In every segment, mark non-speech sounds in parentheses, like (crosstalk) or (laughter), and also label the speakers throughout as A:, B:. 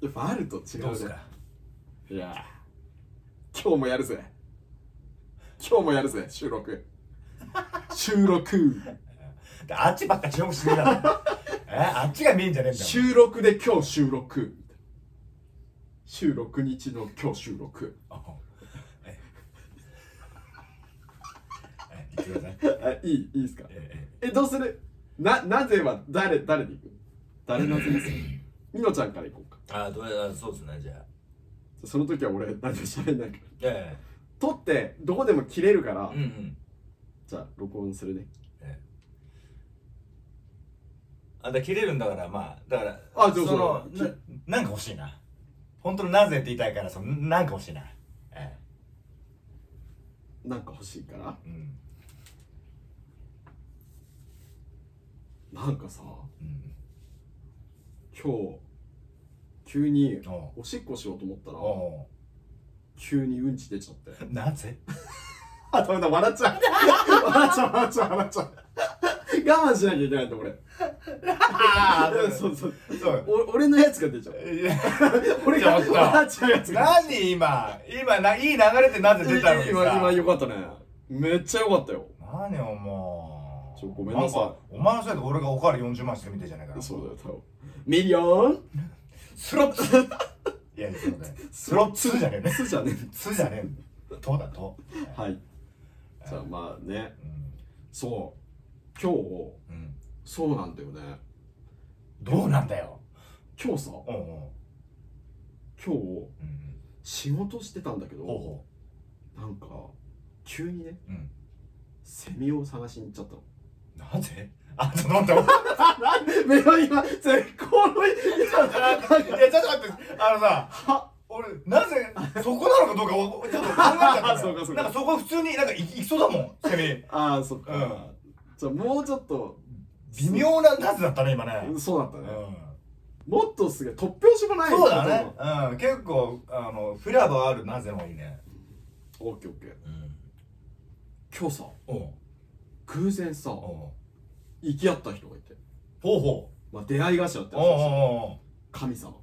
A: やっぱあると違
B: どう
A: う
B: す
A: ぜ
B: か
A: いや今日もやるぜ今日もやるぜ収録収録
B: であっちばっか注目してみたら (laughs) えあっちがメインじゃねえんだよ
A: 収録で今日収録収録日の今日収録
B: ええ言ってください
A: あいいいいですか
B: え
A: えどうするななぜは誰誰に行く誰なぜにす
B: (laughs)
A: るみのちゃんから行こうか
C: あどれあそうですねじゃあ
A: その時は俺何も喋んないから
C: え
A: 撮ってどこでも切れるから、
C: えうんうん
A: じゃあ録音するね
C: あだから切れるんだからまあだから
A: あそうそう
C: の
A: き
B: ななんか欲しいな本当のなぜって言いたいからそのなんか欲しいなえ
A: なんか欲しいから
B: えうん
A: なんかさ
B: うん
A: 今日急に
B: おう
A: おしっこしようと思ったら
B: お
A: 急にうんち出ちゃって (laughs)
B: うなぜ (laughs)
A: あダメだ笑っちゃう笑っちゃう笑っちゃう (laughs) 笑っちゃう我慢しなきゃいけないんだ俺
B: あ
A: (laughs) そうそう
B: そう
A: お俺のやつが出ちゃう
B: いや
A: 俺が
B: ちょっと
A: 笑っちゃうやつが
B: 何今今ないい流れでなぜ出たのにさ
A: 今今よかったねめっちゃよかったよ
B: 何よもう
A: ちょごめんなさい
B: かお前のせいで俺がおかわり40万してみてんじゃないかな
A: そうだよ多分ミリオン
B: スロッツいやそうだよスロッツじゃねえね
A: すじゃね
B: ツじゃねえとだと
A: はいじゃあまあね
B: うん、
A: そう今日
B: うん、
A: そうなんだよね
B: どうなんだよ
A: 今日さ
B: おうお
A: 今日
B: ううん
A: 仕事してたんだけ
B: う
A: ど
B: んほうほ
A: なんか急にね
B: ううん
A: セミを探しに行っちゃ
B: (laughs)
A: ったの
B: なぜあちょっと待って
A: 目の今絶好の
B: いやちょっと待ってあのさ
A: は
B: 俺なぜそこなのかどうかおちょっと考えちゃっ
A: (laughs)
B: た
A: そうかそうか
B: なんかそこ普通になんかいきそうだもんセミ
A: ああそっか、
B: うん
A: じゃあもうちょっと
B: 微妙ななぜだったね今ね
A: そうだった
B: う
A: ね、
B: ん
A: もっとすげえ突拍子もない
B: そうだね。うん、結構、あの、フラドあるなぜもいいね。
A: オッケーオッケー
C: うん
A: 今日さ
B: おう
A: 偶然さ
B: おう
A: 行き合った人がいて
B: ほうほ
A: まあ出会い頭って
B: う。
A: やつで
B: おう
A: すよ
B: おうおう
A: 神
B: (laughs)
A: 様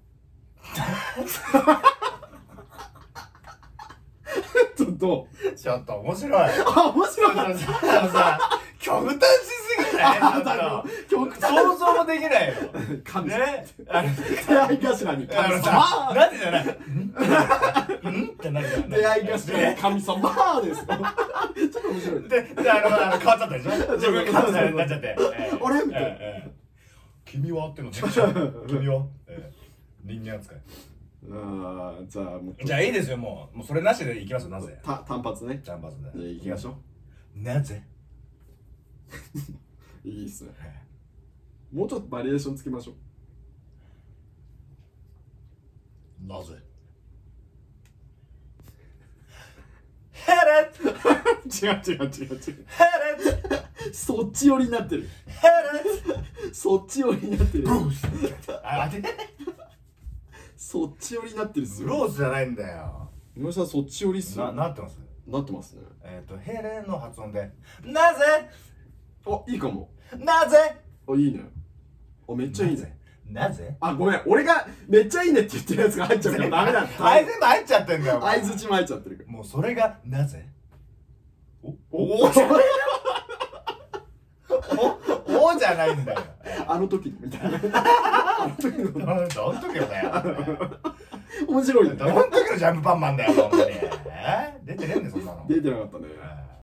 A: (laughs) ちょっと
B: ちょっと面白い。
A: あ面白 (laughs) かっ
B: あのさ、極端しすぎない (laughs)
A: た
B: ちょっ
A: 極
B: と
A: 端
B: 想像もできないよ。
A: 神様
B: ねあの
A: 出会い頭に
B: あ
A: 神様
B: のさ、なぜじゃない。んんってなるじゃん。
A: 出会い頭に
B: で
A: 神様ですよ (laughs) ちょっと面白いね
B: で、であの、あの変わっちゃったでしょ自分が変わっちゃ (laughs) って。
A: あれみ
B: み
A: た
B: た
A: い
B: い
A: な
B: な。君はってのちょっ (laughs) と君はええ人間扱い。
A: あーじゃあもっと
B: じゃあいいですよ、もう。もうそれなしでいきますよ、なぜ。
A: た単発ね
B: ジャンバーズ
A: じゃあ
B: で。
A: 行きましょ
B: なぜ
A: ういいっすねもうちょっとバリエーションつけましょう
B: なぜヘレッ
A: 違う違う違う違う
B: ヘレッ
A: そっち寄りになってる
B: ヘレッ
A: そっち寄りになってる
B: ブースあ、待って
A: そっち寄りになってるっす
B: ブ
A: よ
B: ロースじゃないんだよ
A: 井上さんそっち寄りっす
B: な、
A: よ
B: なってます
A: なってますね
B: えっと、ヘレの発音でなぜ
A: あいいかも
B: なぜ
A: あいいねあめっちゃいい
B: な
A: ね
B: ぜなぜ
A: あごめん俺がめっちゃいいねって言ってるやつが入っちゃうからダ (laughs) メだ
B: あい全部入っちゃってんだよ
A: 相づちも入っちゃってるから
B: もうそれがなぜお
A: お
B: おおおじゃないんだよ
A: あの時のみたいな (laughs) あの時の
B: どんとけだよ
A: 面白いね
B: どんとけのジャンプパンマンだよ、本当に。え出てねえんだよ、そんなの。
A: 出てなかったね
B: えー